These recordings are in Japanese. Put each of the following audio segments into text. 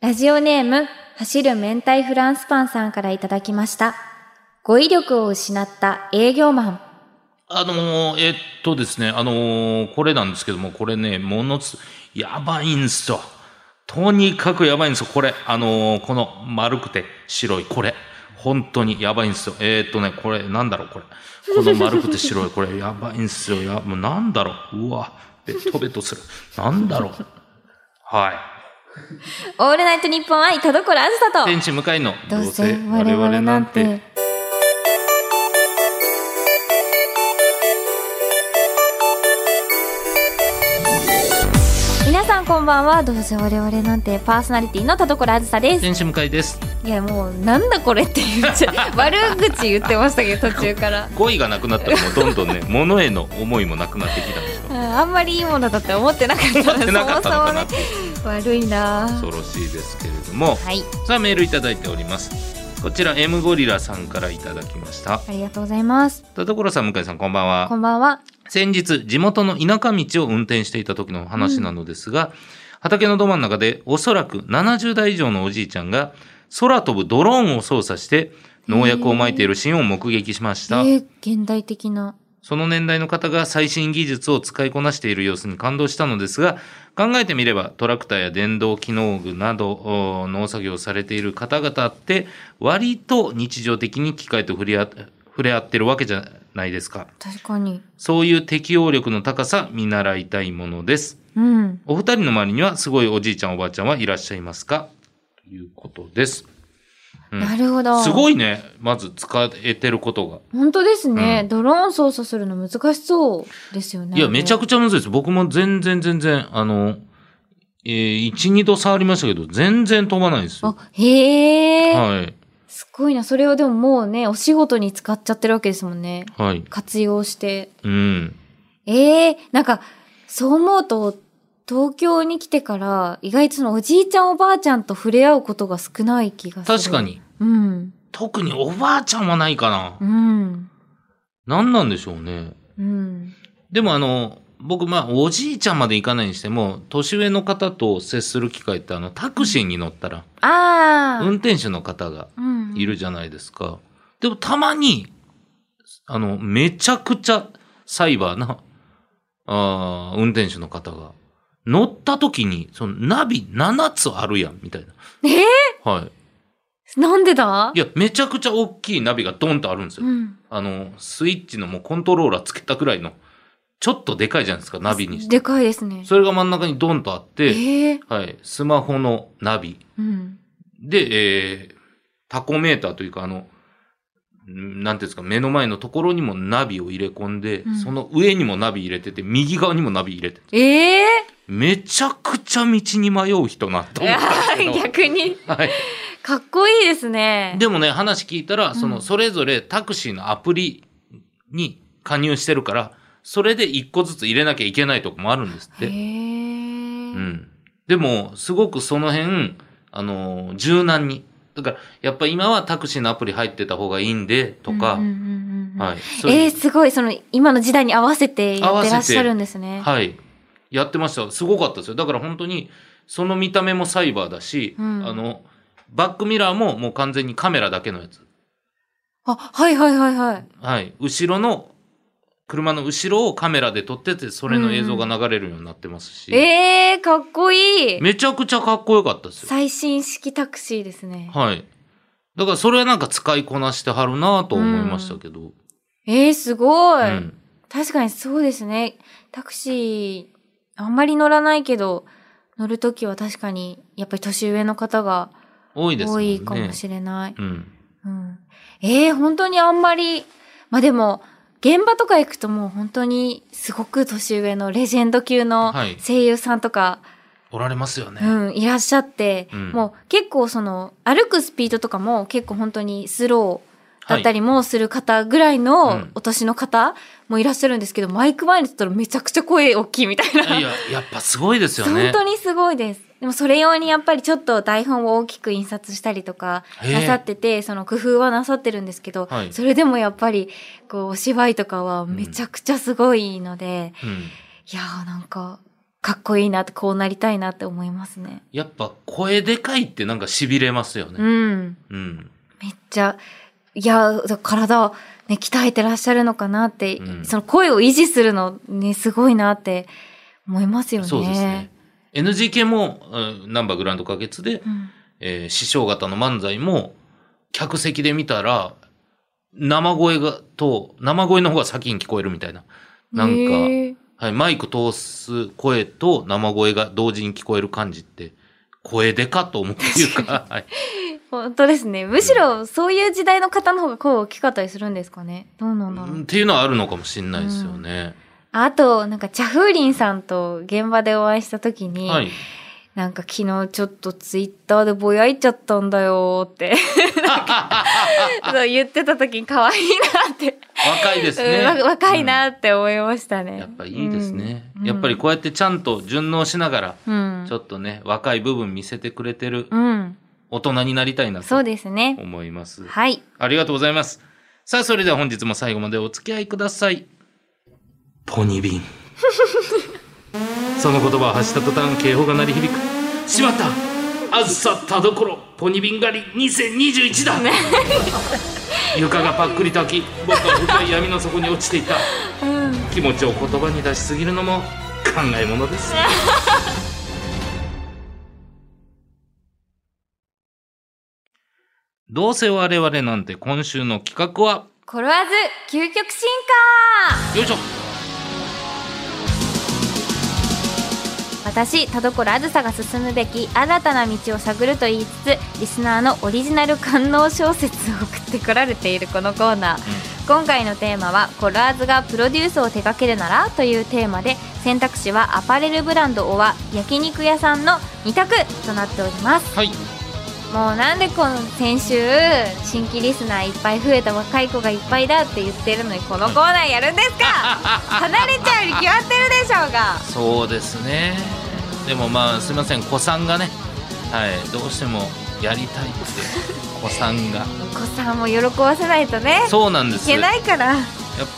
ラジオネーム、走る明太フランスパンさんからいただきました。語彙力を失った営業マン。あのーえっとですね、あのーこれなんですけども、これね、ものつ、やばいんですよ。とにかくやばいんですよ。これ、あのーこの丸くて白い、これ。本当にやばいんですよ。えーっとね、これ、なんだろう、これ。この丸くて白い、これ、やばいんですよ。や、もうなんだろう。うわ、ベトベトする。なんだろう。はい。オールナイトニッポン愛田所あずさと。天地向かいの、どうせ我々なんて。皆さんこんばんは。どうせ我々なんてパーソナリティの田所あずさです。天使向かいです。いやもうなんだこれって言っち ゃ悪口言ってましたけど途中から。語彙がなくなったらもうどんどんね、物への思いもなくなってきたんですよ。うんあんまりいいものだって思ってなかった思ってなかったのかなってそもそもね悪いなぁ恐ろしいですけれども、はいさあメールいただいておりますこちら M ゴリラさんからいただきましたありがとうございます田所さん向井さんこんばんこはんばんは先日地元の田舎道を運転していた時の話なのですが、畑のど真ん中でおそらく70代以上のおじいちゃんが空飛ぶドローンを操作して農薬をまいているシーンを目撃しましえた、ー、現代的なその年代の方が最新技術を使いこなしている様子に感動したのですが、考えてみればトラクターや電動機能具などお農作業をされている方々って割と日常的に機械と触れ合触れ合ってるわけじゃないですか。確かにそういう適応力の高さ見習いたいものです。うんお二人の周りにはすごいおじいちゃんおばあちゃんはいらっしゃいますかということです。うんなるほどすごいいね。まず使えてることが。本当ですね、うドローン操作するの難しそうですよねいや、めちゃくちゃむずいです。僕も全然全然、あの、えー、1、2度触りましたけど、全然飛ばないですよ。あへえ、はい。すごいなそれをでももうねお仕事に使っちゃってるわけですもんねはい。活用してうん。ええなんか、そう思うと、東京に来てから、意外とそのおじいちゃんおばあちゃんと触れ合うことが少ない気がする。確か。に。うん。特におばあちゃんはないかなう。ん。何なんでしょうね。うん。でもあの、僕、まあ、おじいちゃんまで行かないにしても、年上の方と接する機会って、あの、タクシーに乗ったら、ああ。運転手の方がうん。いるじゃないですか。でも、たまに、あの、めちゃくちゃサイバーな、あー運転手の方が、乗った時に、そのナビ7つあるやん、みたいな。えはい。なんでだいや、めちゃくちゃ大きいナビがドンとあるんですよ。うん。あの、スイッチのもうコントローラーつけたくらいの、ちょっとでかいじゃないですか、ナビにして。でかいですね。それが真ん中にドンとあって、ええはい、スマホのナビ。うん。で、えー、タコメーターというか、あの、んなんていうんですか、目の前のところにもナビを入れ込んで、うんその上にもナビ入れてて、右側にもナビ入れててええめちゃくちゃ道に迷う人なとい思っやたんですけ ど。逆に、はい、かっこいいですね。でもね、話聞いたら、その、うんそれぞれタクシーのアプリに加入してるから、それで一個ずつ入れなきゃいけないとこもあるんですっええて。うん。でも、すごくその辺、あのー柔軟に。だから、やっぱ今はタクシーのアプリ入ってた方がいいんで、とか、うんうんうんうんはい。そうえいえうすごい、その、今の時代に合わせてやってらっしゃるんですね。はい。やってました。すごかったですよ。だから本当に、その見た目もサイバーだし、うんあの、バックミラーももう完全にカメラだけのやつ。あ、はいはいはいはい。はい。後ろの、車の後ろをカメラで撮ってて、それの映像が流れるようになってますし、ええー、かっこいい。めちゃくちゃかっこよかったですよ。最新式タクシーですね。はい。だからそれはなんか使いこなしてはるなと思いましたけど。ええー、すごうい、ん。確かにそうですね。タクシー、あんまり乗らないけど、乗るときは確かに、やっぱり年上の方が多いですも多んね。いかもしれない。うん。うん、ええー、本当にあんまり、まあでも、現場とか行くともう本当にすごく年上のレジェンド級のはい声優さんとか、おられますよね。うん、いらっしゃって、うんもう結構その歩くスピードとかも結構本当にスローだったりもする方ぐらいはいのうんお年の方もいらっしゃるんですけど、マイク前に立ったらめちゃくちゃ声大きいみたいいや、な。いややっぱすごいですよね。本当にすごいです。でもそれ用にやっぱりちょっと台本を大きく印刷したりとかへえなさってて、その工夫はなさってるんですけど、はいそれでもやっぱりこうお芝居とかはめちゃくちゃすごいので、うんいやーなんかかっこいいなって、こうなりたいなって思いますね。やっぱ声でかいってなんか痺れますようね。ん。うん。めっちゃ、いや、体、ね、鍛えてらっしゃるのかなって、うんその声を維持するの、ね、すごいなって思いますよね。そうですね。。NGK も、うん、ナンバーグランド花月で、うん、えー師匠方の漫才も、客席で見たら、生声が、と、生声の方が先に聞こえるみたいな。なんか、へえはい、マイク通す声と生声が同時に聞こえる感じって、声でかと思うっていう か、はい、本当ですね。むしろ、そういう時代の方の方が声大きかったりするんですかね。どうなんだろう。っていうのはあるのかもしれないですよね。あと、なんか、チャフーリンさんと現場でお会いした時に、はい。なんか昨日ちょっとツイッターでぼやいちゃったんだよー って、なんかそう言ってた時に可愛いなって、若いですね。うんわ若いなって思いましたね。うん。やっぱいいですねう。んやっぱりこうやってちゃんと順応しながら、うん。ちょっとね、若い部分見せてくれてるうん。大人になりたいなそうとですね。思います。はい。ありがとうございます。さあ、それでは本日も最後までお付き合いください。ポニビン。その言葉を発した途端、警報が鳴り響く。しまったあずさったどころ、ポニビン狩り2021だ床がパックリと開き、僕は深い闇の底に落ちていた。気持ちを言葉に出しすぎるのも考えものです。どうせ我々なんて今週の企画は転わず、究極進化よいしょ私、田所あずさが進むべき新たな道を探ると言いつつ、リスナーのオリジナル官能小説を送ってこられているこのコーナー。今回のテーマは「コラーズがプロデュースを手掛けるなら?」というテーマで選択肢はアパレルブランドおは焼肉屋さんの2択となっておりますはいもうなんでこの先週新規リスナーいっぱい増えた若い子がいっぱいだって言ってるのにこのコーナーやるんですか 離れちゃうに決まってるでしょうがそうですねでもまあすいません子さんがねはいどうしてもやりたいって子さんがお子さんも喜ばせないとねそうなんでいすけやっないから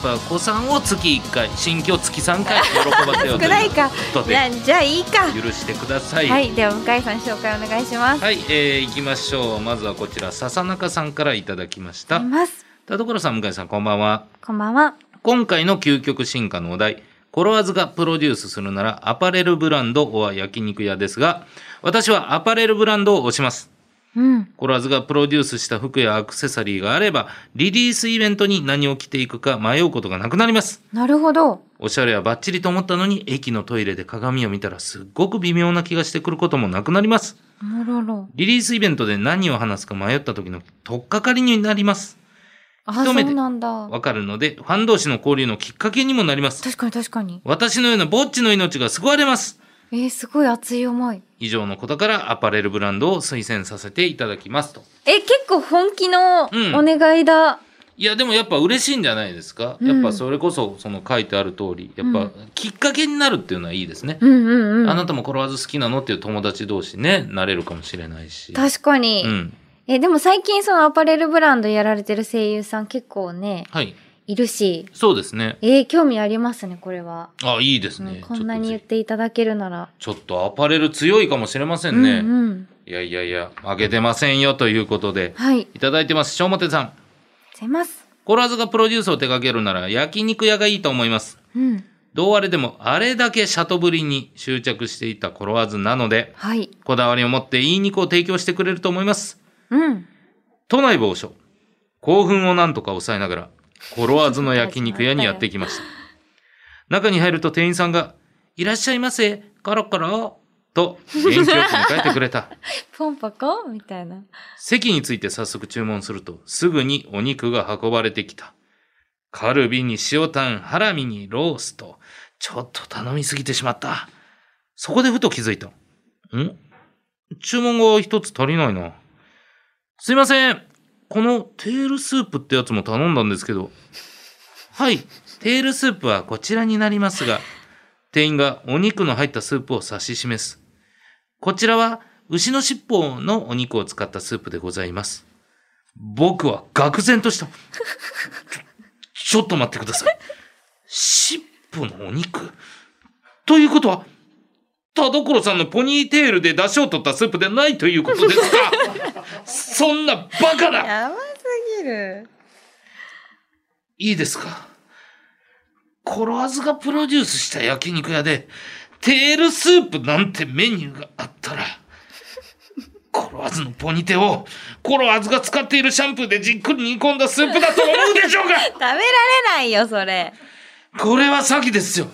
ぱ子さんを月1回新居月3回 喜ばせよ少うとないういかことでなじゃあいいか許してくださいはいでは向井さん紹介お願いします、はい、えー、いきましょうまずはこちら笹中さんからいただきましあたります田所さん向井さんこんばんはこんばんは今回の究極進化のお題、コロワーズがプロデュースするならアパレルブランドおは焼肉屋ですが、私はアパレルブランドを推します。うんコロワーズがプロデュースした服やアクセサリーがあれば、リリースイベントに何を着ていくか迷うことがなくなります。なるほど。おしゃれはバッチリと思ったのに、駅のトイレで鏡を見たらすっごく微妙な気がしてくることもなくなります。なるほど。リリースイベントで何を話すか迷った時の取っかかりになります。あ、そ一目でうなんだ。わかるので、ファン同士の交流のきっかけにもなります。確かに確かに。私のようなぼっちの命が救われます。えー、すごい熱い思い。以上のことからアパレルブランドを推薦させていただきますと。え、結構本気のおうん願いだ。いやでもやっぱ嬉しいんじゃないですか、うんやっぱそれこそその書いてある通りやっうぱんきっかけになるっていうのはいいですね、うん、うん、うんあなたもコロワーズ好きなのっていう友達同士ねなれるかもしれないし確かに、うんえ、でも最近そのアパレルブランドやられてる声優さん結構ね、はいいるし、そうですねえー、興味ありますね、これは。あいいですね、うんこんなにちょ言っっとぜていただけるなら。ちょっとアパレル強いかもしれませんね、うん、うん。いやいやいやあげてませんよということではい。いただいてます小もてさんすいます。コロワーズがプロデュースを手掛けるなら焼肉屋がいいと思いますうん。どうあれでもあれだけシャトブリに執着していたコロワーズなので、はい。こだわりを持っていい肉を提供してくれると思います。うん。都内某所。興奮をなんとか抑えながら、コロワーズの焼肉屋にやってきました。中に入ると店員さんが、いらっしゃいませ、カラカラ、と元気よく迎えてくれた。ポンパコみたいな。席について早速注文すると、すぐにお肉が運ばれてきた。カルビに塩タン、ハラミにロースト。ちょっと頼みすぎてしまった。そこでふと気づいた。ん注文が一つ足りないな。すいません。このテールスープってやつも頼んだんですけど。はい。テールスープはこちらになりますが、店員がお肉の入ったスープを指し示す。こちらは牛の尻尾のお肉を使ったスープでございます。僕は愕然とした。ちょちょっと待ってください。尻尾のお肉ということは、田所さんのポニーテールで出汁を取ったスープでないということですかそんなバカなやばすぎる。いいですかコロワズがプロデュースした焼肉屋で、テールスープなんてメニューがあったら、コロワズのポニテを、コロワズが使っているシャンプーでじっくり煮込んだスープだと思うでしょうか食べられないよ、それ。これは詐欺ですよ。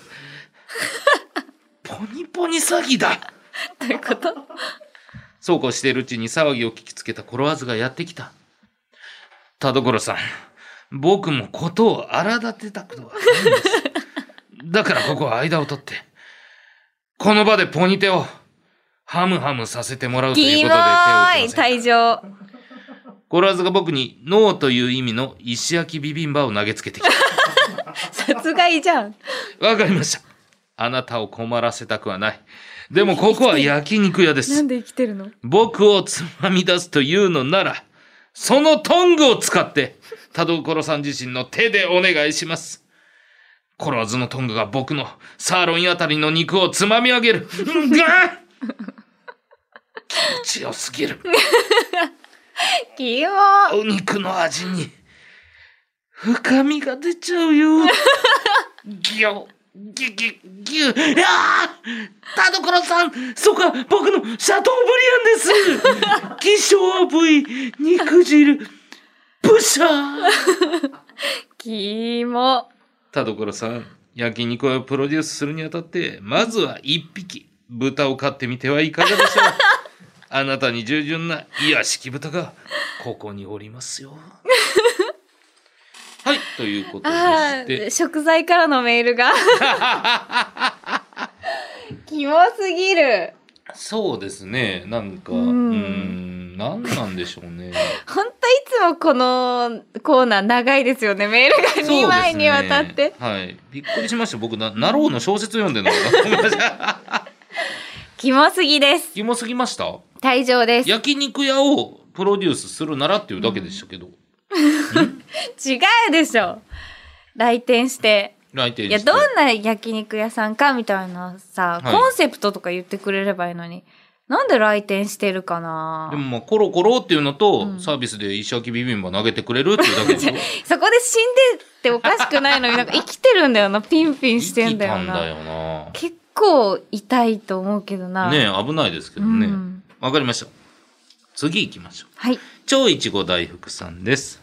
ポニポニ詐欺だ。どういうことそうこうしているうちに騒ぎを聞きつけたコロワズがやってきた。田所さん、僕もことを荒立てたくのはないんです。だからここは間を取って、この場でポニテをハムハムさせてもらうというキこモとで手を打ちーまいせんか退場。コロワズが僕にノーという意味の石焼きビビンバを投げつけてきた。殺害じゃん。わかりました。あなたを困らせたくはない。でもここは焼肉屋です。で生きてるの僕をつまみ出すというのなら、そのトングを使って、田所さん自身の手でお願いします。コロワズのトングが僕のサーロインあたりの肉をつまみ上げる。うんが気持ちよすぎる。キモお肉の味に、深みが出ちゃうよ。ぎょ、ぎぎ、ぎゅ、ああ田所さん、そこは僕のシャトーブリアンです。希少部位、肉汁、ブシャー。キモ田所さん、焼肉をプロデュースするにあたって、まずは一匹、豚を飼ってみてはいかがでしょう。 あなたに従順な癒しき豚が、ここにおりますよ。 はい、ということであしーて、食材からのメール が。キモすぎる。そうですね、なんか、うーうんん、なんなんでしょうね。ほんといつもこのコーナー長いですよね。メールがそうですね2枚にわたって。はい。びっくりしました。僕、な、ナローの小説読んでるのかなごめんな さい。キモすぎです。キモすぎました退場です。焼肉屋をプロデュースするならっていうだけでしたけど、違うでしょ。来店して。来店いや、してどんな焼肉屋さんかみたいなさ、はいコンセプトとか言ってくれればいいのに。なんで来店してるかなでもまあコロコロっていうのと、うんサービスで石焼きビビンバ投げてくれるっていうだけ でしょそこで死んでっておかしくないのになんか生きてるんだよな。ピンピンしてんだよ生きたんだな。よな結構痛いと思うけどな。ねえ危ないですけどねわう、んかりました次行きましょうはい、超いちご大福さんです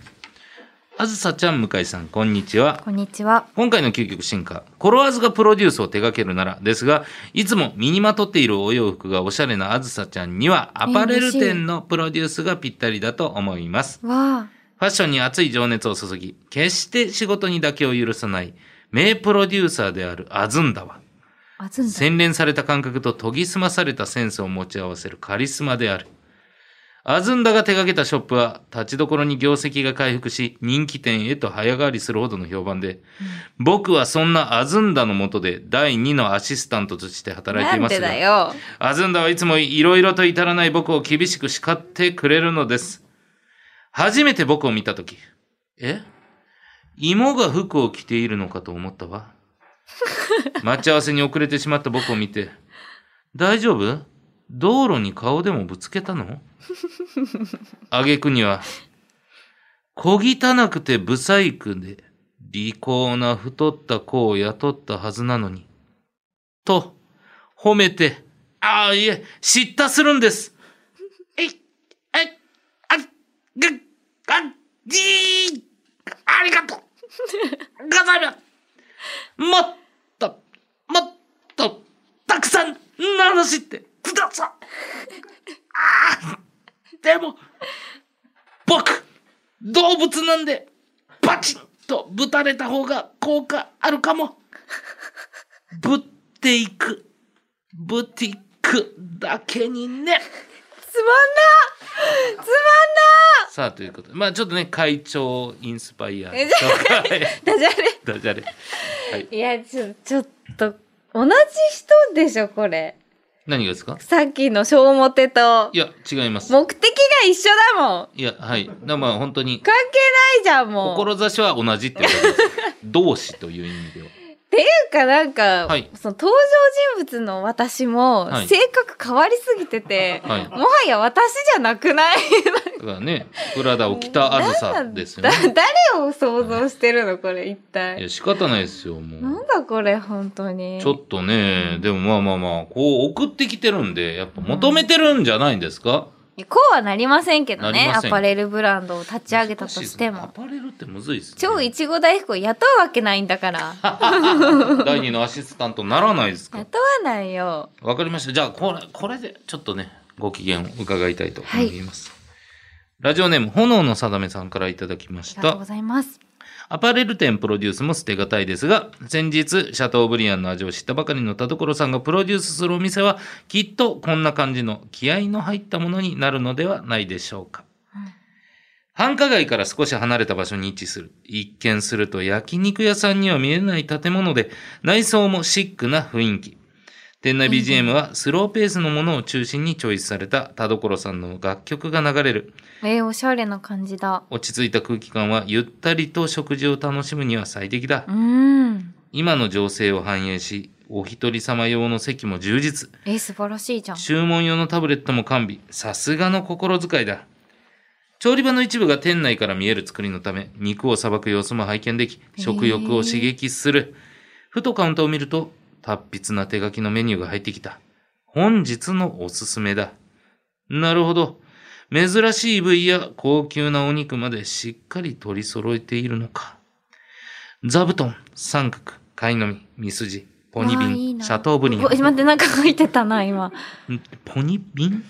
あずさちゃん向井さんこんにちはこんにちは。今回の究極進化、コロワーズがプロデュースを手掛けるならですが、いつも身にまとっているお洋服がおしゃれなあずさちゃんには、アパレル店のプロデュースがぴったりだと思います。わあ。ファッションに熱い情熱を注ぎ、決して仕事にだけを許さない、名プロデューサーであるアズンダは、あずんだ。洗練された感覚と研ぎ澄まされたセンスを持ち合わせるカリスマである。アズンダが手掛けたショップは、立ちどころに業績が回復し、人気店へと早変わりするほどの評判で、僕はそんなアズンダの下で第2のアシスタントとして働いてないんますでがだ、よ。アズンダはいつもいろいろと至らない僕を厳しく叱ってくれるのです。初めて僕を見たとき、え芋が服を着ているのかと思ったわ。待ち合わせに遅れてしまった僕を見て、大丈夫道路に顔でもぶつけたの挙句には、小汚くて不細工で、利口な太った子を雇ったはずなのに、と、褒めて、ああ、いえ、叱咤するんです。えい、えい、あ、ぐ、あ、じー、ありがとう、ございます。もっと、もっと、たくさん、話してください。ああ、でも、僕、動物なんで、バチッとぶたれた方が効果あるかも。ぶっていく。ブティックだけにね。つまんなつまんなさあ、ということで。まあ、ちょっとね、会長インスパイア。えじゃはいダジャレ。ダジャレ。はい。いや、ちょ、ちょっと、同じ人でしょ、これ。 何がですかさっきの小モテとい、や、違います。目的が一緒だもんいや、はい。だまあ、本当に、関係ないじゃん、もう。志は同じっていうことです。同志という意味では。ていうかなんか、はいその登場人物の私もはい性格変わりすぎてて、はいもはや私じゃなくないだからね、プラダを着たあずさですよね。だ誰を想像してるのこれ一いや、体。仕方ないですよ、もう。なんだこれ本当に。ちょっとね、でもまあまあまあ、こう送ってきてるんで、やっぱ求めてるんじゃないんですか、いやこうはなりませんけどなりねまアせんパレルブランドを立ち上げたとして難いですねアも。パレルってむずいですね。超いちご大福を雇うわけないんだ から。第二のアシスタントならないですか雇わないよ。わかりました。じゃあ、これ、これで、ちょっとね、ご機嫌を伺いたいと思います。ラジオネーム、炎のさだめさんからいただきましありがとうたご。ざいます。アパレル店プロデュースも捨てがたいですが、先日、シャトーブリアンの味を知ったばかりの田所さんがプロデュースするお店は、きっとこんな感じの気合の入ったものになるのではないでしょうか。繁華街から少し離れた場所に位置する。一見すると焼肉屋さんには見えない建物で、内装もシックな雰囲気。店内 BGM はスローペースのものを中心にチョイスされた田所さんの楽曲が流れる。えー、おしゃれな感じだ。落ち着いた空気感はゆったりと食事を楽しむには最適だう。ーん。今の情勢を反映し、お一人様用の席も充実。えー、素晴らしいじゃん。注文用のタブレットも完備。さすがの心遣いだ。調理場の一部が店内から見える作りのため、肉をさばく様子も拝見でき、食欲を刺激する。ふとカウンターを見ると、達筆な手書きのメニューが入ってきた。本日のおすすめだ。なるほど。珍しい部位や高級なお肉までしっかり取り揃えているのか。座布団、三角、貝の実、ミスジ、ポニわあいビいン、なシャトーブリアンお。待って、なんか書いてたな、 今。んポニビン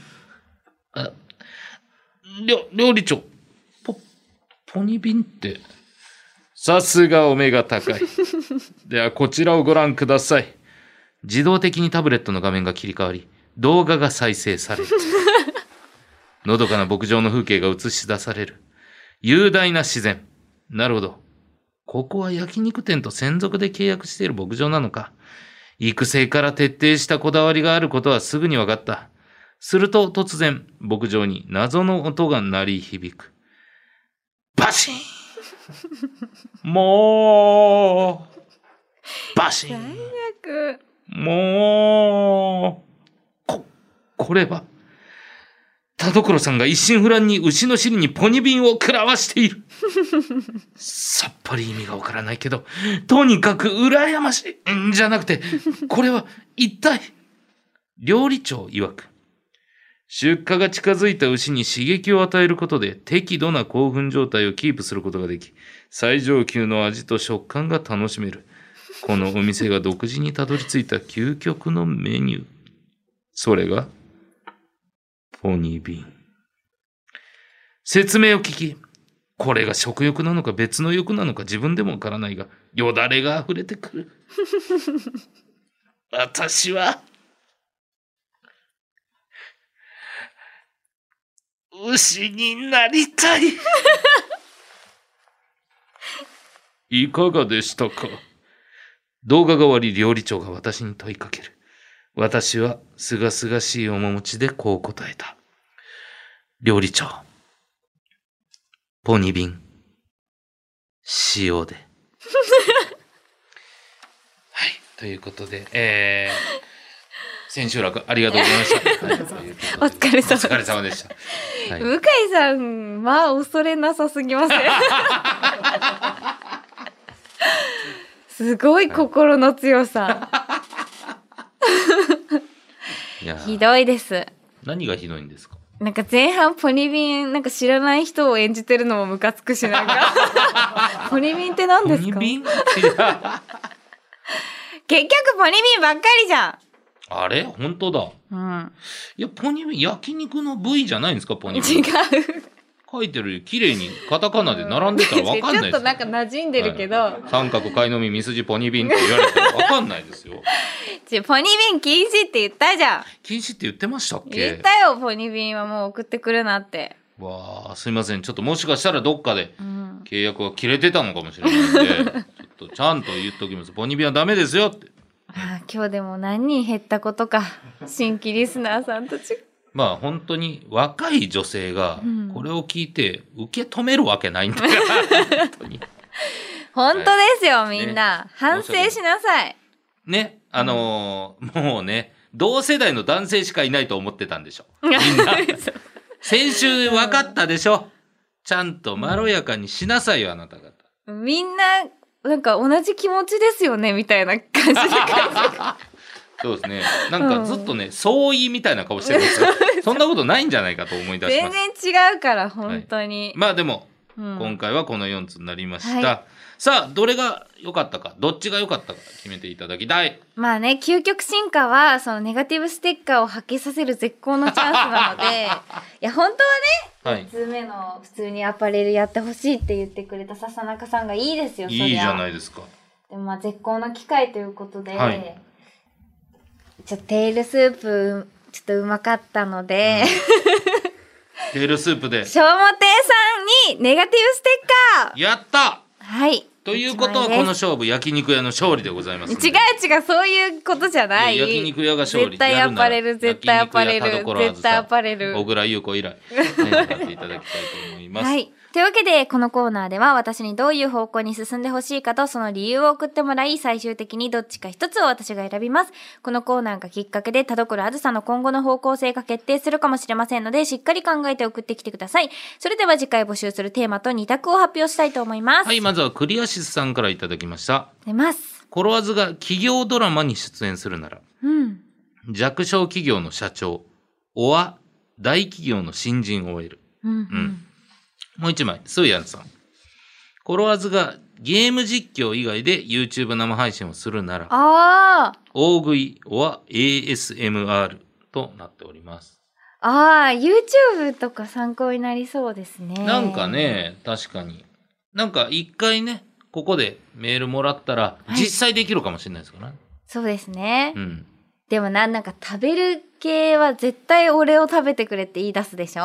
あ、料、料理長。ポ、ポニビンって。さすがお目が高い。では、こちらをご覧ください。自動的にタブレットの画面が切り替わり、動画が再生される。のどかな牧場の風景が映し出される。雄大な自然。なるほど。ここは焼肉店と専属で契約している牧場なのか。育成から徹底したこだわりがあることはすぐに分かった。すると突然、牧場に謎の音が鳴り響く。バシーンもうバシーン早くもう、こ、これは、田所さんが一心不乱に牛の尻にポニビンを食らわしている。さっぱり意味がわからないけど、とにかく羨ましい。んじゃなくて、これは一体、料理長曰く。出荷が近づいた牛に刺激を与えることで適度な興奮状態をキープすることができ、最上級の味と食感が楽しめる。このお店が独自にたどり着いた究極のメニュー。それが、ポニービン。説明を聞き、これが食欲なのか別の欲なのか自分でもわからないが、よだれが溢れてくる。私は、牛になりたい。 いかがでしたか動画が終わり料理長が私に問いかける。私は清々しい面持ちでこう答えた。料理長。ポニビン。 塩で。はい。ということで、えー、千秋楽 ありがとうございました。はいということでお疲れ様ですお疲れ様でした。はい向井さん、まあ、恐れなさすぎま せん。すごい心の強さ。いやーひどいです。何がひどいんですかなんか前半ポニビン、なんか知らない人を演じてるのもムカつくし、なん か。ポニビンって何ポですニかビ結ンいや局ポニビンばっかりじゃあれ本当だ。ん。いや、ポニビン、焼肉の部位じゃないんですかポうん。ニ違ビン。う。書いてる綺麗にカタカナで並んでたらわかんなちいですょよっとなんか馴染んでるけど、はい三角貝の実ミスジポニビンって言われてもわかんないですよちょポニビン禁止って言ったじゃん。禁止って言ってましたっけ言ったよ、ポニビンはもう送ってくるなって。わあすいませんちょっともしかしたらどっかでうん。契約が切れてたのかもしれないんでちょっとちゃんと言っときますポニビンはダメですよってああ今日でも何人減ったこと か。新規リスナーさんたち。まあ本当に若い女性がうん これを聞いて受け止めるわけないんだから、本当に本当ですよ、みんな。反省申し訳ないしなさい。ね、あのーもうね、同世代の男性しかいないと思ってたんでしょ。みんな。先週分かったでしょ。ちゃんとまろやかにしなさいよ、あなた方。 みんな、なんか同じ気持ちですよね、みたいな感じで書い てある。そうですね。なんかずっとね、相違みたいな顔してるんですよ。そんなことないんじゃないかと思い出しま全す。然違うから、本当に。まあでも、うん今回はこの4つになりました。はさあ、どれが良かったか、どっちが良かったか決めていただきたい。まあね、究極進化は、そのネガティブステッカーを発揮させる絶好のチャンスなの で、いや、本当ははいね、2つ目の普通にアパレルやってほしいって言ってくれた笹中さんがいいですよ、そりゃいいじゃないですか。でもまあ絶好の機会ということで、はいちょっとテールスープ、ちょっとうまかったので、テールスー プで。小も亭さんにネガティブステッカーやったはい。ということは一枚ですこの勝負焼肉屋の勝利でございますんで違う違う、そういうことじゃない。いや焼肉屋が勝利絶対アパレル、絶対アパレル、絶対アパレル。小倉優子以来、ね、やっていただきたいと思います、 はい。というわけで、このコーナーでは私にどういう方向に進んでほしいかとその理由を送ってもらい、最終的にどっちか一つを私が選びます。このコーナーがきっかけで、田所あずさの今後の方向性が決定するかもしれませんので、しっかり考えて送ってきてください。それでは次回募集するテーマと二択を発表したいと思います。はい、まずはクリアシスさんからいただきました出ます。コロワーズが企業ドラマに出演するならうん。弱小企業の社長おは大企業の新人 OL うん。んもう一枚スーヤンさんコロワーズがゲーム実況以外で YouTube 生配信をするならああ。大食いおは ASMR となっておりますああ、YouTube とか参考になりそうですね。なんか。ね、確かに。なんか一回ね、ここでメールもらったら、はい実際できるかもしれないですからね。そうですね。 うん。でもな、なんか食べる系は絶対俺を食べてくれって言い出すでしょ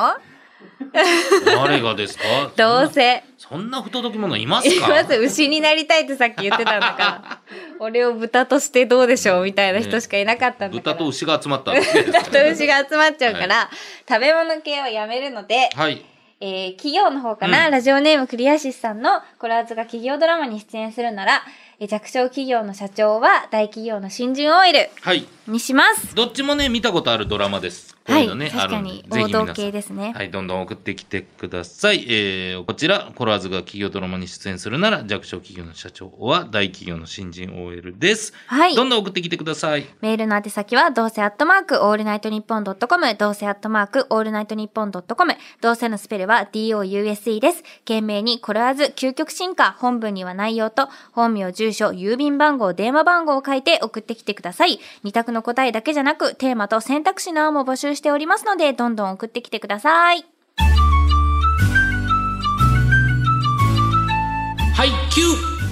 誰がですかどうせ。そんなそんな不届き者いますかまず牛になりたいってさっき言ってたんだ から。俺を豚としてどうでしょうみたいな人しかいなかったんだか豚ら。と牛が集まったんですね。豚と牛が集まっちゃうから、食べ物系はやめるので、はい。えー企業の方かな、うんラジオネームクリアシスさんのコラーズが企業ドラマに出演するなら、えー弱小企業の社長は大企業の新人オイルはい。にします。どっちもね、見たことあるドラマです。こういうのね、はい、確かあるんに王でぜひ皆道さん系ですね。はい、どんどん送ってきてください。えーこちら、コラーズが企業ドラマに出演するなら、弱小企業の社長は大企業の新人 OL です。はいどんどん送ってきてください。メールの宛先は、どうせアットマーク、オールナイトニッポンドットコム、どうせアットマーク、オールナイトニッポンドットコム、どうせのスペルは DOUSE です。懸命に、コロワーズ、究極進化、本文には内容と、本名、住所、郵便番号、電話番号を書いて送ってきてください。二択の答えだけじゃなく、テーマと選択肢の案も募集しておりますので、どんどん送ってきてください。はい、9!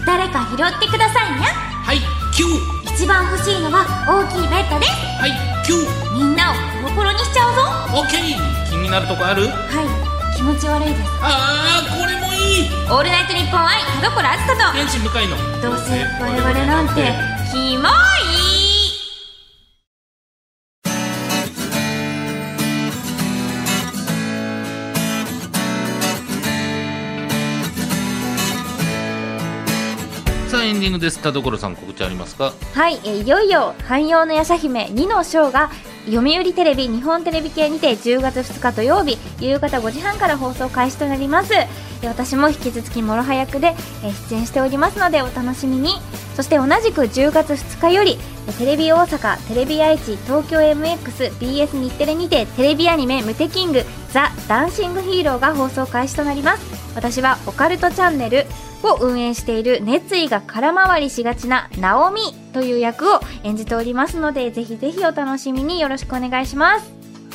誰か拾ってくださいね。はい、9! 一番欲しいのは、大きいベッドです。はい、9! みんなをコロコロにしちゃうぞ。オッケー気になるとこあるはい、気持ち悪いです。あー、これもいいオールナイトニッポン愛、田所あずさと、天使向かいの。どうせ我々なんてキモいさあ、エンディングです。田所さん、告知ありますかはい、えーいよいよ汎用のやさ姫2の章が読売テレビ日本テレビ系にて10月2日土曜日夕方5時半から放送開始となりますえー私も引き続きもろは役でえー出演しておりますのでお楽しみにそして同じく10月2日よりえーテレビ大阪テレビ愛知東京 MXBS 日テレにてテレビアニメ「ムテキングザ・ダンシング・ヒーロー」が放送開始となります私はオカルトチャンネルを運営している熱意が空回りしがちなナオミという役を演じておりますのでぜひぜひお楽しみによろしくお願いします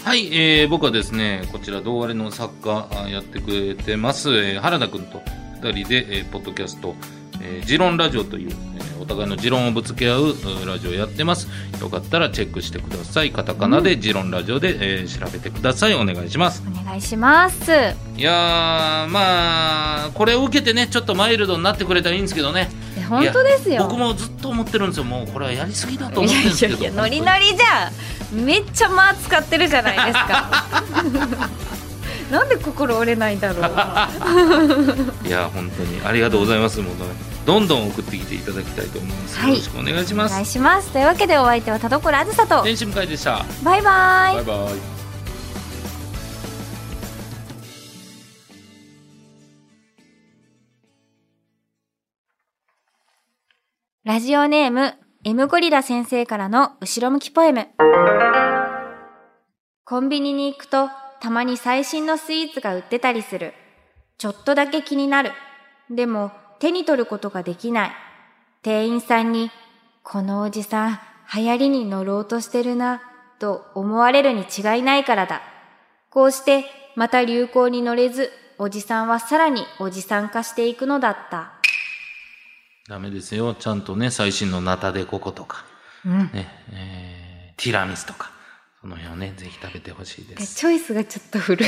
はい、えー、僕はですね、こちら、同割れの作家あやってくれてます、えー原田くんと二人で、えーポッドキャスト、えー、ジロンラジオという、えーお互いの持論をぶつけ合ううーラジオやってます。よかったらチェックしてください。カタカナで、ジロンラジオで、えー調べてください。お願いします。お願いしますいやーまあこれを受けてねちょっとマイルドになってくれたらいいんですけどねえ本当ですいやよ僕もずっと思ってるんですよもうこれはやりすぎだと思ってるんですけどいやいやいやノリノリじゃんめっちゃ間使ってるじゃないですか なんで心折れないんだろういや本当にありがとうございますもうねどんどん送ってきていただきたいと思います、はいよろしくお願いしおま願いすしますというわけでお相手は田所あずさと天使向井でしたバイバイバイバイラジオネーム、M ゴリラ先生からの後ろ向きポエム。コンビニに行くと、たまに最新のスイーツが売ってたりする。ちょっとだけ気になる。でも、手に取ることができない。店員さんに、このおじさん、流行りに乗ろうとしてるな、と思われるに違いないからだ。こうして、また流行に乗れず、おじさんはさらにおじさん化していくのだった。ダメですよちゃんとね最新のナタデココとかうん。ね、えーティラミスとかその辺をねぜひ食べてほしいでですチョイスがちょっと古い